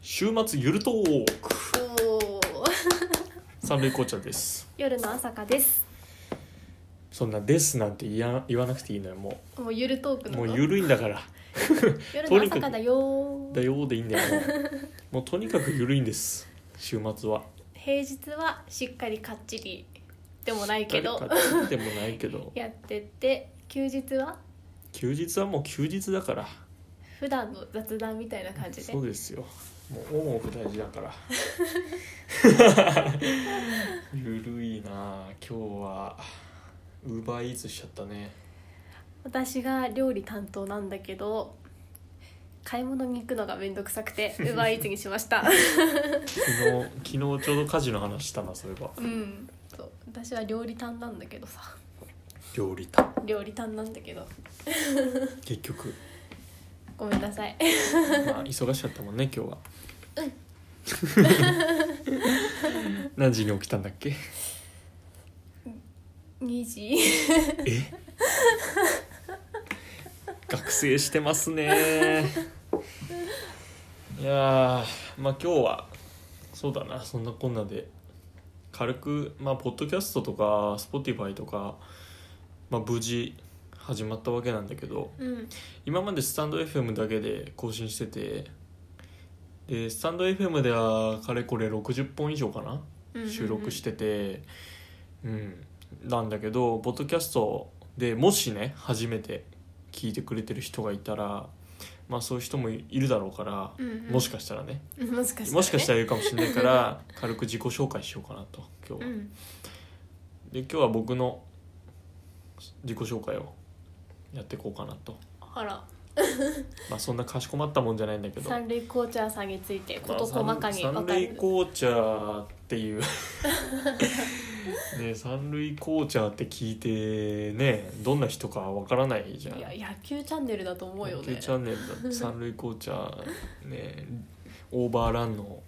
週末ゆるトークおー三類紅茶です夜の朝香ですそんな「です」なんて言や言わなくていいのよももうゆるトークうなものうゆるいんだから夜とのにか朝く香だよだーよーでいいんだよもうもうとにかくゆるいんです週末は平日はしっかりかっちりでもないけど誰かってでもないけどやってって休日は休日はもう休日だから普段の雑談みたいな感じでそうですよもうオンオフ大事だから ゆるいなあ今日はウーバーイーツしちゃったね私が料理担当なんだけど買い物に行くのがめんどくさく てウーバーイーツにしました昨日昨日ちょうど家事の話したなそういえばうんそう私は料理担なんだけどさ料理担料理担なんだけど結局ごめんなさ いまあ忙しかったもんね今日は。 何時に起きたんだっけ？ 2時え？学生してますね。いやーまあ今日はそうだなそんなこんなで軽くまあポッドキャストとか Spotify とかまあ無事始まったわけなんだけど。うん今までスタンド FM だけで更新しててでスタンド FM ではかれこれ60本以上かな収録してててうんなんだけどポッドキャストでもしね初めて聞いてくれてる人がいたらまあそういう人もいるだろうから、もしかしたらねもしかしたらねもしかしたらいるかもしれないから軽く自己紹介しようかなと今日うは、んで今日は僕の自己紹介をやっていこうかなとあらまあそんなかしこまったもんじゃないんだけど三類紅茶さんについて事細かにまあ三分か類る紅茶って いうね三類紅茶って聞いてねどんな人かわからないじゃんいや野球チャンネルだと思うよ野球ねチャンネルだ三類紅茶ねオーバーランの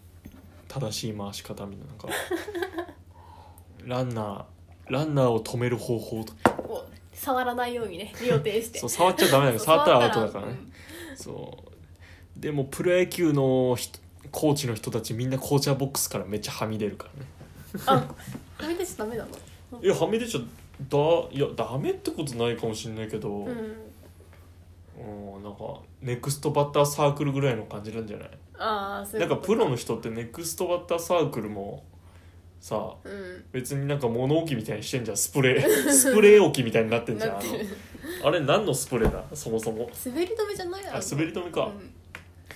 正しい回し方みたいななんかランナーランナーを止める方法とかこう触らないようにね身を挺してそう触っちゃダメだけど触ったらアウトだからねうんそうでもプロ野球の人コーチの人たちみんな紅茶ボックスからめっちゃはみ出るからねあダメですダメなのいやはみ出ちゃだいやダメってことないかもしれないけど、ううんんん、なんかネクストバッターサークルぐらいの感じなんじゃないああそうないうんこかとプロの人ってネクストバッターサークルもさうん別になんか物置みたいにしてんじゃんスプレ ースプレー置きみたいになってんじゃんなあってるのあれ何のスプレーだそもそも滑り止めじゃないのあ滑り止めかうん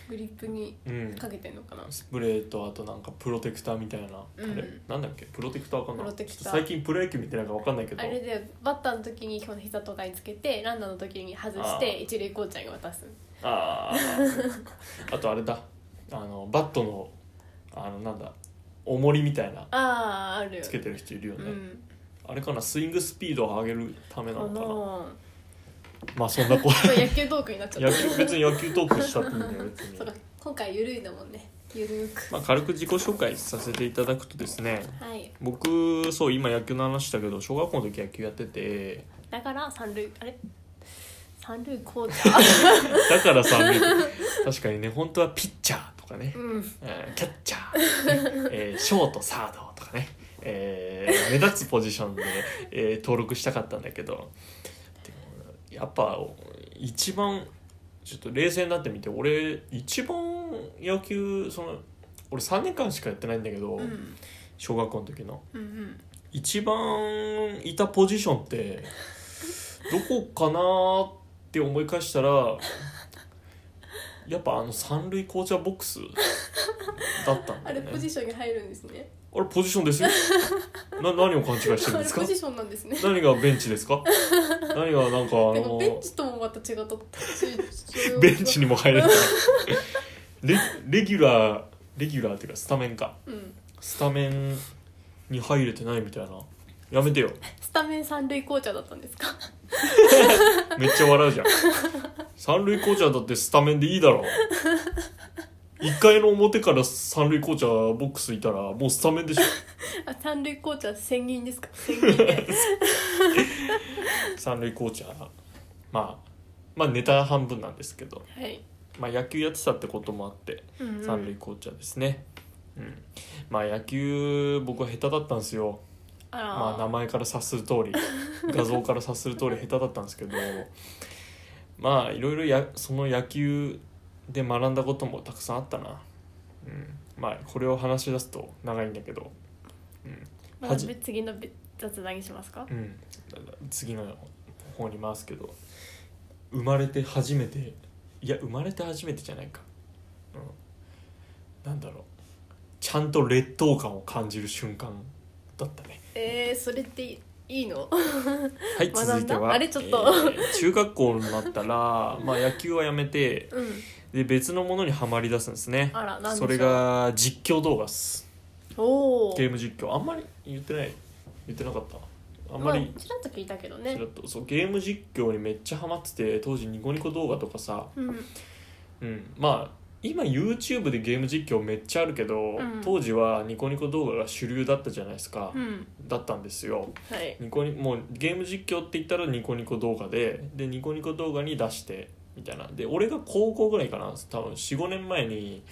グリップにうんかけてんのかなスプレーとあとなんかプロテクターみたいな、うんあれなんだっけプロテクターかなプロテクターちょっと最近プロ野球見てないから分かんないけどあれでバッターの時にこの膝とかにつけてランナーの時に外しあーて一塁コーチャーに渡すあーあとあれだあのバットのあのなんだ重りみたいなあああるよつけてる人いるよね、うんあれかなスイングスピードを上げるためなあのかなのまあそんなこー そう野球トークになっちとゃっ野球別に野球トークしたっていいんだよ別たにそうか今回ゆるいだもんねゆるーくまあ軽く自己紹介させていただくとですねはい僕そう今野球の話したけど小学校の時野球やっててだから三塁あれ三塁コーチャーだからさ確かにね本当はピッチャーとかねうんえーキャッチャー、えーショートサードとかね、えー目立つポジションで、えー登録したかったんだけどでもやっぱ一番ちょっと冷静になってみて俺一番野球その俺3年間しかやってないんだけど、うん小学校の時のうんうん一番いたポジションってどこかなーって思い返したらやっぱあの三塁紅茶ボックスだったんあだよれねポジションに入るんですねあれポジションですよな何を勘違いしてるあんれですかポジションなんですね何がベンチですか何がなんかあでものベンチともまた違ったベンチににも入れないレレギュラーレギュラーっていうかスタメンかうんスタメンに入れてないみたいなやめてよスタメン三塁コーチャーだったんですかめっちゃ笑うじゃん三塁コーチャーだってスタメンでいいだろ1回の表から三塁コーチャーボックスいたらもうスタメンでしょあ三塁コーチャー専任ですか専任で三塁コーチャーまあまあネタ半分なんですけど はいまあ、野球やってたってこともあってうんうん三塁コーチャーですね、うん、まあ野球僕は下手だったんですよあら、まあ、名前から察する通り画像から察する通り下手だったんですけどまあいろいろやその野球で学んだこともたくさんあったな、うん、まあこれを話し出すと長いんだけど、まあはじ次のべ雑談にしますかうん、次の方に回すけど生まれて初めていや生まれて初めてじゃないか、うん、なんだろうちゃんと劣等感を感じる瞬間だったねえー、それっていいのはい、学んだ続いてはあれちょっとえー中学校にな ったら、まあ、野球はやめて うんで別のものにはまり出すんですねあらなんでしょそうれが実況動画っすおおゲーム実況あんまり言ってない言ってなかったあんまりあ、ちらっと聞いたけどちねらっとそうゲーム実況にめっちゃハマってて当時ニコニコ動画とかさ、うんうん、まあ今 YouTube でゲーム実況めっちゃあるけど、うん当時はニコニコ動画が主流だったじゃないですか、うんだったんですよはいニコニもうゲーム実況って言ったらニコニコ動画ででニコニコ動画に出してみたいなで俺が高校ぐらいかな多分45年前に、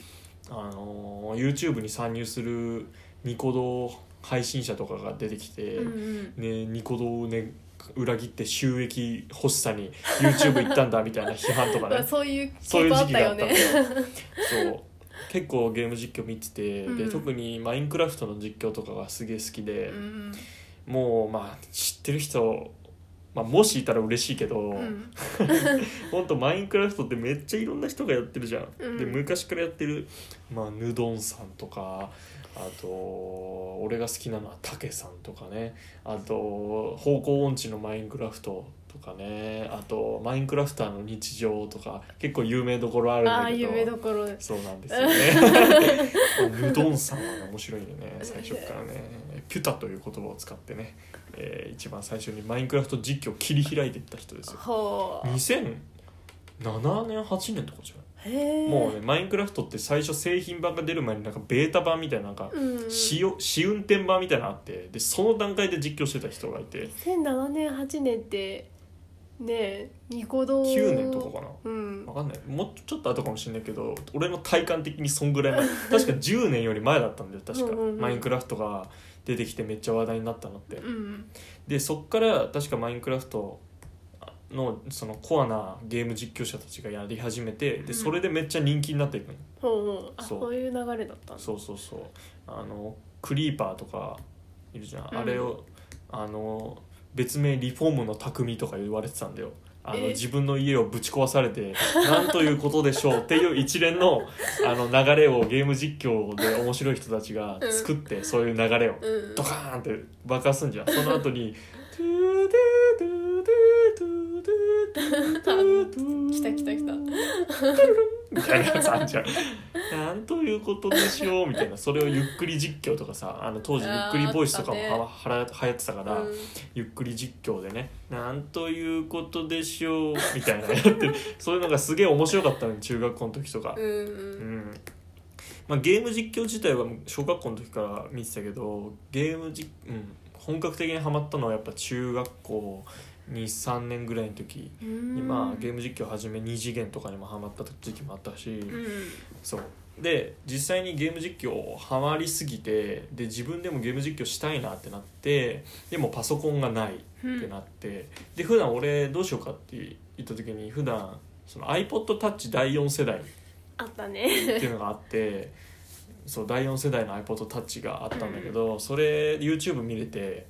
あのー YouTube に参入するニコ動配信者とかが出てきて、うんうんね、ニコ動をね裏切って収益欲しさに YouTube 行った んだみたいな批判とかまあねそういうそう傾いう向あ時っ期がたあよったんねだよそう結構ゲーム実況見てて、うんで特にマインクラフトの実況とかがすげえ好きで、うんもうまあ知ってる人、まあ、もしいたら嬉しいけど、うんほんとマインクラフトってめっちゃいろんな人がやってるじゃん、うんで昔からやってる、まあ、ヌドンさんとかあと俺が好きなのはタケさんとかねあと方向音痴のマインクラフトとかねあとマインクラフターの日常とか結構有名どころあるんあだあけ有ど名どころそうなんですよねヌドンさんはね面白いんでね 最初からねピュタという言葉を使ってね、えー一番最初にマインクラフト実況を切り開いていった人ですよほう2007年8年とかじゃないへえもうねマインクラフトって最初製品版が出る前になんかベータ版みたいななんかうん試よ試運転版みたいなのあってでその段階で実況してた人がいて2007年8年ってねえニコ動9年とかかなうん分かんないもうちょっと後かもしれないけど俺の体感的にそんぐらい 前確か10年より前だったんだよ確かうんうんうんマインクラフトが出てきてめっちゃ話題になったのってうんでそっから確かマインクラフトのそのコアなゲーム実況者たちがやり始めてうんでそれでめっちゃ人気になっていくのよほうほうあそうそういう流れだったんだそうそうそうあのクリーパーとかいるじゃん、うんあれをあの別名リフォームの匠とか言われてたんだよあのえ自分の家をぶち壊されてなんということでしょうっていう一連のあの流れをゲーム実況で面白い人たちが作って、そういう流れをうんドカーンって爆発すんじゃんその後に「トゥードゥードゥードゥードゥードゥードゥードゥードゥー」来た来た来たみたいなやつあんじゃんなんということでしょうみたいなそれをゆっくり実況とかさあの当時ゆっくりボイスとかもあーあっはら、流行ってたから、うんゆっくり実況でねなんということでしょうみたいなのやってるそういうのがすげえ面白かったのに中学校の時とか、うんううんんまあ、ゲーム実況自体は小学校の時から見てたけどゲームじ、うん、本格的にハマったのはやっぱ中学校23年ぐらいの時に、まあ、ゲーム実況をはじめ2次元とかにもハマった時期もあったし、うんそうで実際にゲーム実況ハマりすぎてで自分でもゲーム実況したいなってなってでもパソコンがないってなって、で普段俺どうしようかって言った時に普段その iPodTouch 第4世代あったねっていうのがあってそう第4世代の iPodTouch があったんだけど、それ YouTube 見れて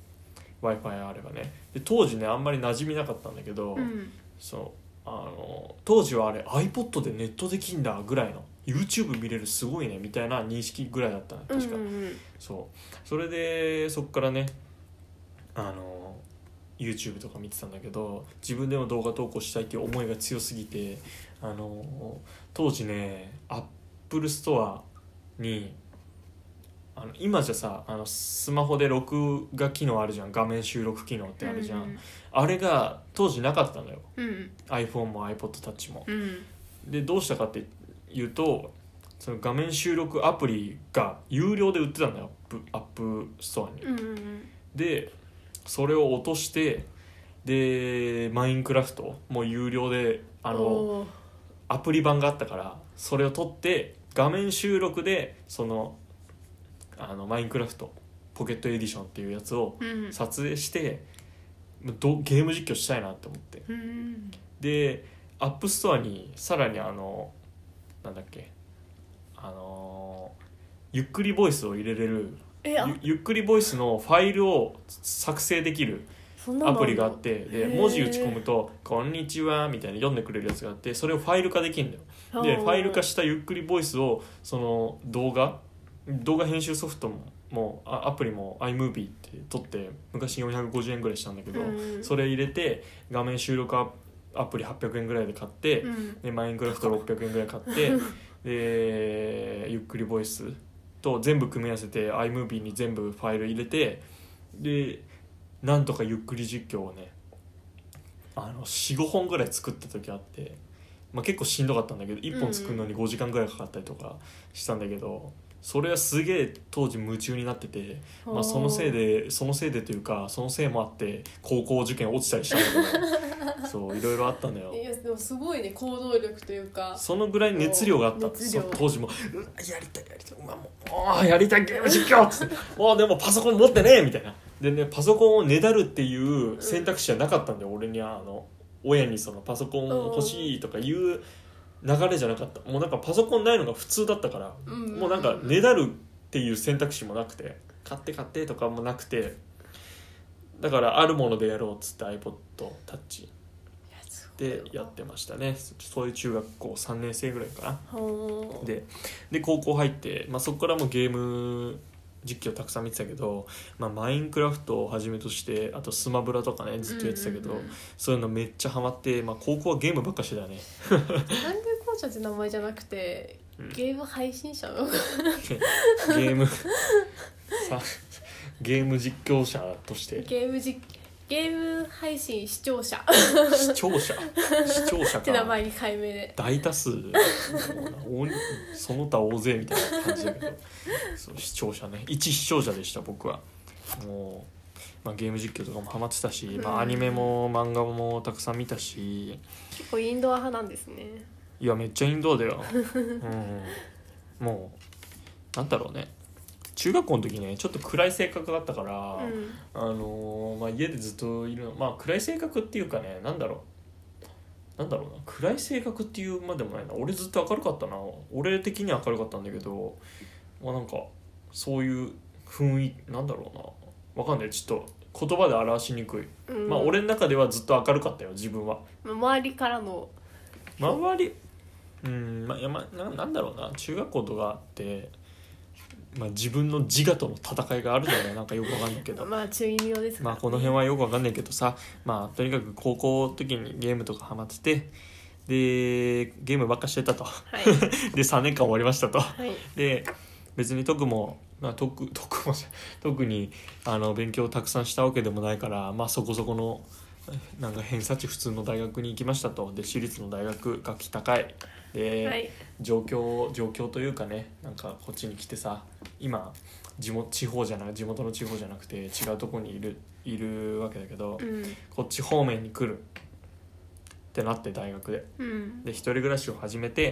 w i f i あればねで当時ねあんまり馴染みなかったんだけど、うんそうあの当時はあれ iPod でネットできんだぐらいの YouTube 見れるすごいねみたいな認識ぐらいだったの確か、うんうんそうそれでそっからねあの YouTube とか見てたんだけど自分でも動画投稿したいっていう思いが強すぎてあの当時ね Apple ストアにあの今じゃさあのスマホで録画機能あるじゃん画面収録機能ってあるじゃん、あれが当時なかったんだようん iPhone も iPodTouch もうんうんでどうしたかっていうとその画面収録アプリが有料で売ってたんだよアップアップストアにうんうんでそれを落としてでマインクラフトも有料であのおーアプリ版があったからそれを撮って画面収録でそのあのマインクラフトポケットエディションっていうやつをうん撮影して、どゲーム実況したいなって思ってうんでアップストアにさらにあのなんだっけあのゆっくりボイスを入れれるえゆあゆっくりボイスのファイルを作成できるそんなのアるのプリがあってでへー文字打ち込むと「こんにちは」みたいに読んでくれるやつがあってそれをファイル化できるんだよあでーファイル化したゆっくりボイスをその動画動画編集ソフトももうあアプリも iMovie って撮って昔450円ぐらいしたんだけど、うんそれ入れて画面収録アアプリ800円ぐらいで買って、うんでマインクラフト600円ぐらい買ってでゆっくりボイスと全部組み合わせて iMovie に全部ファイル入れてでなんとかゆっくり実況をねあの45本ぐらい作った時あって、まあ、結構しんどかったんだけど1本作るのに5時間ぐらいかかったりとかしたんだけど、それはすげえ当時夢中になってて、まあ、そのせいでそのせいでというかそのせいもあって高校受験落ちたりしたんだけどそういろいろあったんだよ。いやでもすごいね行動力というかそのぐらい熱量があった熱量その当時も「うわやりたいやりたいうわもうもうやりたいゲーム実況」っつって「もうでもパソコン持ってねえ」みたいなでねパソコンをねだるっていう選択肢はなかったんで、俺にはあの親にそのパソコン欲しいとかいう流れじゃなかったもうなんかパソコンないのが普通だったから、うんもうなんかねだるっていう選択肢もなくて買って買ってとかもなくてだからあるものでやろうっつって iPodTouch いやすごいでやってましたねそそういう中学校3年生ぐらいかなほーでで高校入って、まあ、そこからもうゲーム実況たくさん見てたけど、まあ、マインクラフトをはじめとしてあとスマブラとかねずっとやってたけど、うんうんうんそういうのめっちゃハマって、まあ、高校はゲームばっかしてた ねなんで校舎って名前じゃなくてうんゲーム配信者 のゲームさゲーム実況者としてゲーム実ゲーム配信視聴者視聴者視 聴者って名か前に改名で大多数もうな大その他大勢みたいな感じだけどそう視聴者ね一視聴者でした僕はもう、まあ、ゲーム実況とかもハマってたし、まあ、アニメも漫画もたくさん見たし結構インドア派なんですねいやめっちゃインドアだよ、うん、もうなんだろうね中学校の時ねちょっと暗い性格だったから、うんあのーまあ、家でずっといるのまあ暗い性格っていうかねなんだろうなんだろうな暗い性格っていうまでもないな俺ずっと明るかったな俺的には明るかったんだけどまあなんかそういう雰囲気なんだろうなわかんないちょっと言葉で表しにくい、うんまあ俺の中ではずっと明るかったよ自分はまあ周りからの周りうんまあいやまあななんだろうな中学校とかって、まあ、自分の自我との戦いがあるじゃないなんかよくわかんないけどまあ中二病ですからまあこの辺はよくわかんないけどさまあとにかく高校の時にゲームとかハマっててでゲームばっかしてたと はいで3年間終わりましたと はいで別に特も、まあ、特 特もじゃ特にあの勉強をたくさんしたわけでもないから、まあ、そこそこのなんか偏差値普通の大学に行きましたとで私立の大学学費高いで、はい状況状況というかねなんかこっちに来てさ今地元地方じゃない地元の地方じゃなくて違うとこにいるいるわけだけど、うんこっち方面に来るってなって大学でうんで一人暮らしを始めて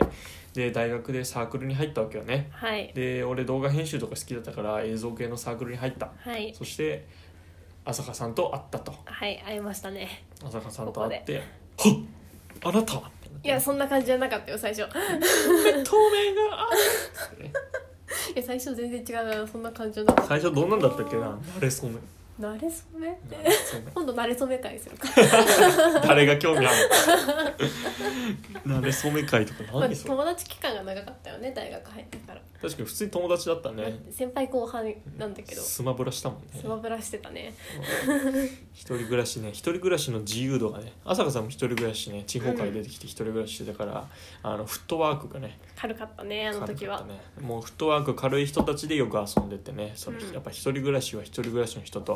で大学でサークルに入ったわけよねはいで俺動画編集とか好きだったから映像系のサークルに入ったはいそして朝香さんと会ったとはい会いましたね朝香さんと会って「はっあなたは!」ってなっていやそんな感じじゃなかったよ最初い 透明があるっつってねや最初全然違うなそんな感じじゃなかった最初どんなんだったっけな慣れそうめ慣れ初め慣れ初め今度慣れ初め会するか 誰が興味あるの慣れ初め会とかまあ何それ友達期間が長かったよね大学入ってから、確かに普通に友達だっただっねて先輩後輩なんだけど、スマブラしたもんスマねブラしてたね一人暮らしね一人暮らしの自由度がね朝香さんも一人暮らしね地方から出てきて一人暮らししてたから、あのフットワークがね軽かったねあの時は、軽かったね、もうフットワーク軽い人たちでよく遊んでてねその、うんやっぱ一人暮らしは一人暮らしの人と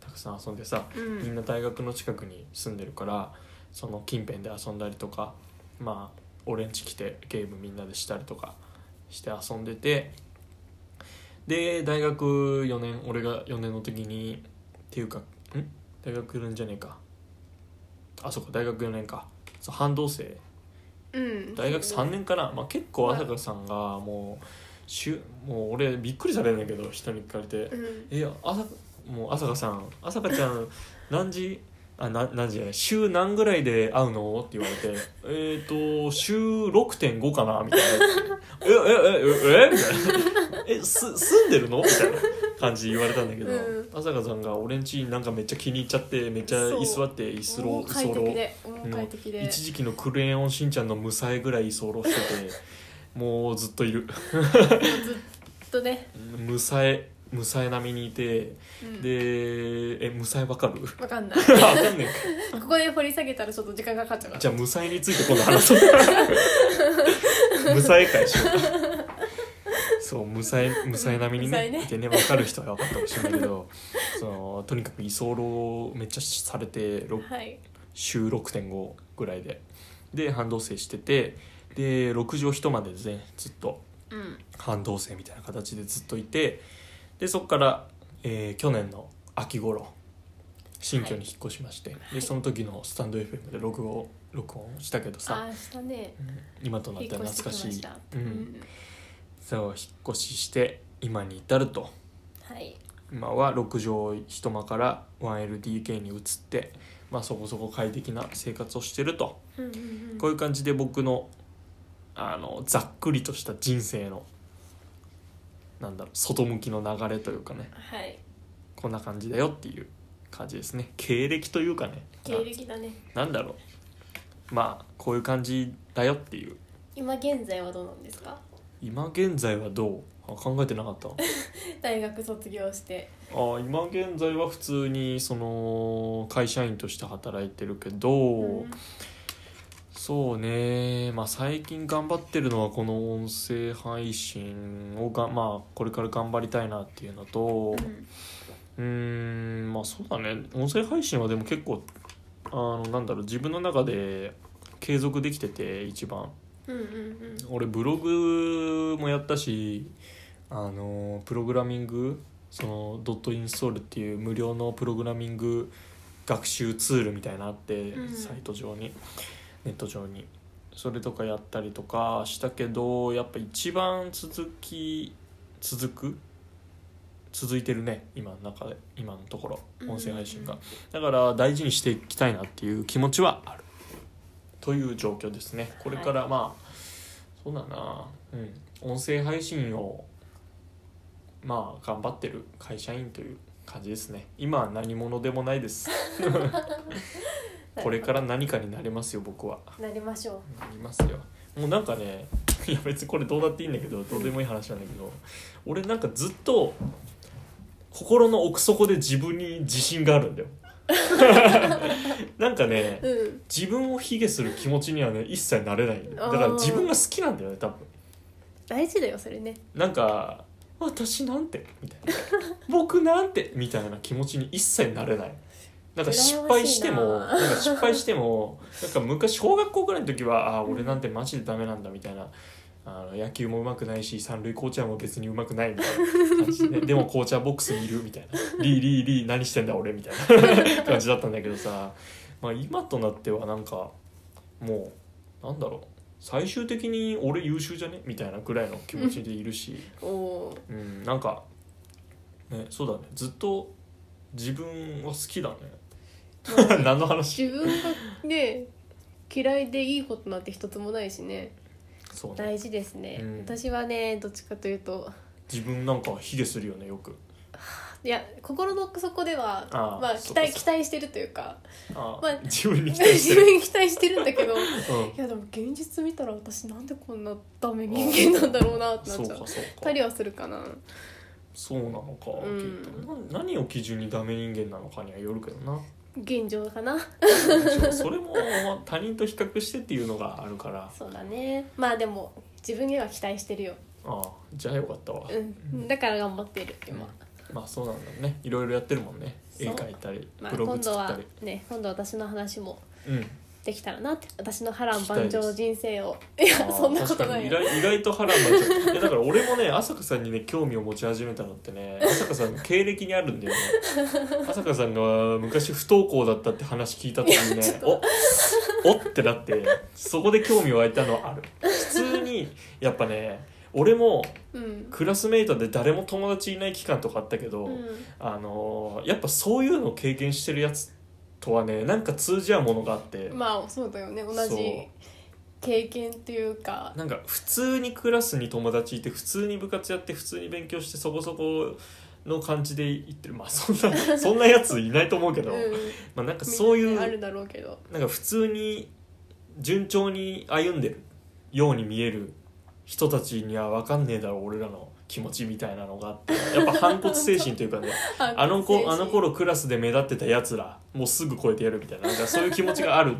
たくさん遊んでさ、うんみんな大学の近くに住んでるからその近辺で遊んだりとかまあ俺ん家来てゲームみんなでしたりとかして遊んでてで大学4年俺が4年の時にっていうかん大学4年じゃねえかあそっか大学4年かそう半同棲うん大学3年かな、まあ、結構朝香さんがもうしゅもう俺びっくりされるんだけど人に聞かれてうん「え朝もう朝香さん朝香ちゃん何時あな何時じゃない週何ぐらいで会うの?」って言われて「えっと週6.5かな」みたいな「えええええみたいな「えす住んでるの?」みたいな感じで言われたんだけど、うん朝香さんが俺んちなんかめっちゃ気に入っちゃってめっちゃ居座って居候もう快居適候でもう快適で一時期のクレヨンしんちゃんの無さえぐらい居候しててもうずっといるずっとね無さえ無さえ並みにいてうんでえ無さえわかる わかんないわかんねここで掘り下げたらちょっと時間がかかっちゃうえかじらゃあ無さえについて今度 話そう無さえ会しようそう無さえ無さえ並みに無ねさえねいてねわかる人は分かったかもしれないけどそのとにかく居候をめっちゃされてろはい週6.5ぐらいでで半同棲しててで6畳一間でですねずっと。うん半同棲みたいな形でずっといてでそこから、えー去年の秋頃新居に引っ越しまして、でその時のスタンド FM で録音録音したけどさ、ああしたねうん今となっ引てっは越してき懐まかしいしたうんそう引っ越しして今に至るとはい今は6畳一間から 1LDK に移って、まあ、そこそこ快適な生活をしてると、うんうんこういう感じで僕のあのざっくりとした人生のなんだろう外向きの流れというかねはいこんな感じだよっていう感じですね経歴というかねな経歴だねなんだろうまあこういう感じだよっていう今現在はどうなんですか今現在はどうあ考えてなかった大学卒業してあ今現在は普通にその会社員として働いてるけど、うんそうねまあ最近頑張ってるのはこの音声配信をがまあこれから頑張りたいなっていうのとうーんまあそうだね音声配信はでも結構あのなんだろう自分の中で継続できてて一番うんうんうん俺ブログもやったしあのプログラミングそのドットインストールっていう無料のプログラミング学習ツールみたいなのあって、うんサイト上にネット上にそれとかやったりとかしたけどやっぱ一番続き続く続いてるね今の中で今のところ音声配信が、だから大事にしていきたいなっていう気持ちはあるという状況ですねこれからまあ、そうだなうん音声配信をまあ頑張ってる会社員という感じですね今は何者でもないですこれから何かになれますよ僕はなりましょうなりますよもうなんかね いや別にこれどうだっていいんだけどどうでもいい話なんだけど俺なんかずっと心の奥底で自分に自信があ るんだよなんかねうん自分を卑下する気持ちにはね一切なれないだから自分が好きなんだよね多分大事だよそれねなんか「私なんて」みたいな 「僕なんて」みたいな気持ちに一切なれないなんか失敗しても羨ましいななんか失敗してもなんか昔小学校ぐらいの時は「ああー俺なんてマジでダメなんだ」みたいな。あの野球もうまくないし三塁コーチャーも別にうまくないみたいな感じで、ね、 でもコーチャーボックスにいるみたいな「リーリーリー何してんだ俺」みたいな 感じだったんだけどさ、まあ、今となってはなんかもうなんだろう最終的に俺優秀じゃねみたいなぐらいの気持ちでいるし、おおーうん、なんか、ね、そうだねずっと自分は好きだね何の話自分がね嫌いでいいことなんて一つもないしねそうね大事ですね、うん私はねどっちかというと自分なんか卑下するよねよくいや心の奥底ではあーまあそ期うか待そう期待してるというかあ、まあ 自分に期待 自してる、分に期待してるんだけどいうん、やでも現実見たら私なんでこんなダメ人間なんだろうなってなっそうちかゃうそう二か人はするかなそうなのか、うんきっとな何を基準にダメ人間なのかにはよるけど な現状かなそれも他人と比較してっていうのがあるからそうだねまあでも自分には期待してるよああじゃあよかったわ、うんだから頑張ってる今、まあそうなんだろうねいろいろやってるもんねそう絵描いたりまあ、ブロ今グ度作ったはり、ね今度私の話もうんできたらなって私の波乱万丈人生をいあや ーそんなこと確かなにい意よ外意外と波乱になっちゃったいやだから俺もね朝香さんにね興味を持ち始めたのってね朝香さんの経歴にあるんだ よね朝香さんが昔不登校だったって話聞いた時にね いやちょっおおってだってそこで興味湧いたのはある普通にやっぱね俺もうんクラスメイトで誰も友達いない期間とかあったけど、うんあのーやっぱそういうのを経験してるやつとはねなんか通じ合うものがあって、まあそうだよね同じ経験っていうかなんか普通にクラスに友達いて普通に部活やって普通に勉強してそこそこの感じでいってるまあそんなそんなやついないと思うけど、うんまあ、なんかそういみんうなねあるだろうけどなんか普通に順調に歩んでるように見える人たちには分かんねえだろ俺らの気持ちみたいなのがあってやっぱ反骨精神というかねあの精子神あの 頃クラスで目立ってたやつらもうすぐ超えてやるみたいななんかそういう気持ちがある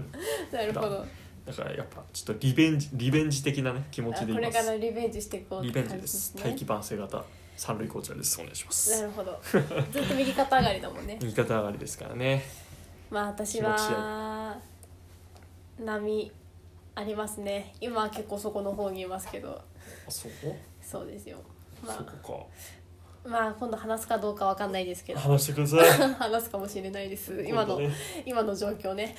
なるほどだからやっぱちょっとリベンジリベンジ的なね気持ちでいこまれかすらリベンジしていこうリっベてンジ感じです大気晩成型三類紅茶ですお願いしますなるほどずっと右肩上がりだもんね右肩上がりですからねまあ私気持ちは波ありますね今は結構そこの方にいますけどあそうそうですよまそあこまあ今度話すかどうかわかんないですけかど話してください話すかもしれないです今今度のね今の状況ね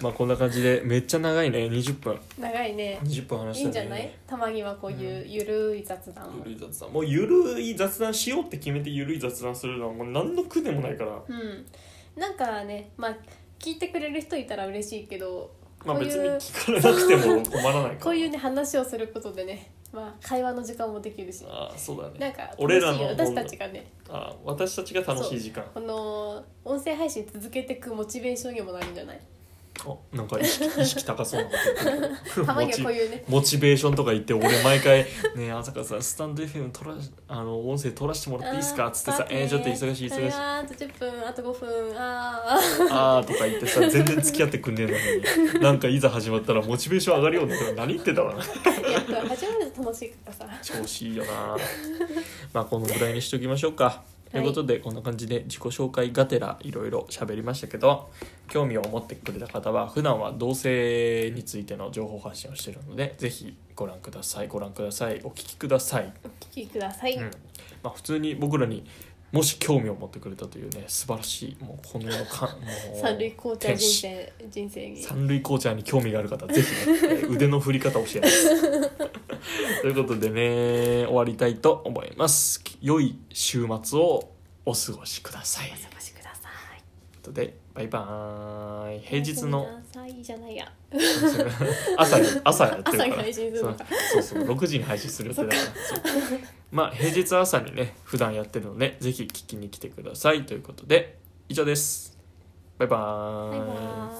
まあこんな感じでめっちゃ長いね20分長いね20分話いいしたねんじゃないたまにはこういうゆるい雑談ゆをるい雑談もうゆるい雑談しようって決めてゆるい雑談するのはもう何の苦でもないからうんなんかねまあ聞いてくれる人いたら嬉しいけどまあこういう別に聞かれなくても困らないからこういうね話をすることでねまあ会話の時間もできるしああそうだねなんか楽しいよ俺らの私たちがねあー私たちが楽しい時間この音声配信続けていくモチベーションにもなるんじゃない あなんか意識意識高そうなこと言ってる けどたまにはこういうねモチベーションとか言って俺毎回「ねえ朝香さんスタンド FM 撮らしあの音声撮らせてもらっていいですか?」っつってさ「えー、ちょっと忙しい忙しい」あと10分あと5分あーあーとか言ってさ全然付き合ってくんねえのになんかいざ始まったらモチベーション上がるようになったら何言ってたわなあーいやこれ初めて楽しいからさ調子いいよな まあこのぐらいにしておきましょうかということで、こんな感じで自己紹介がてらいろいろ喋りましたけど興味を持ってくれた方は普段は同性についての情報発信をしているのでぜひご覧くださいご覧くださいお聞きください、お聞きください、うんまあ、普通に僕らにもし興味を持ってくれたというね素晴らしいもうこの世のかもう三類紅茶天人使生人生に三類紅茶に興味がある方ぜひね、 えー腕の振り方教えます ということでね終わりたいと思います良い週末をお過ごしくださいというお越しくださいことでバイバーイ平日のおやすみなさいじゃないや朝に 朝やってるか朝にら配信するのかそうそうそう6時に配信する予定だからそうまあ平日朝にね普段やってるのでぜひ聞きに来てくださいということで以上ですバイバ バイバーイ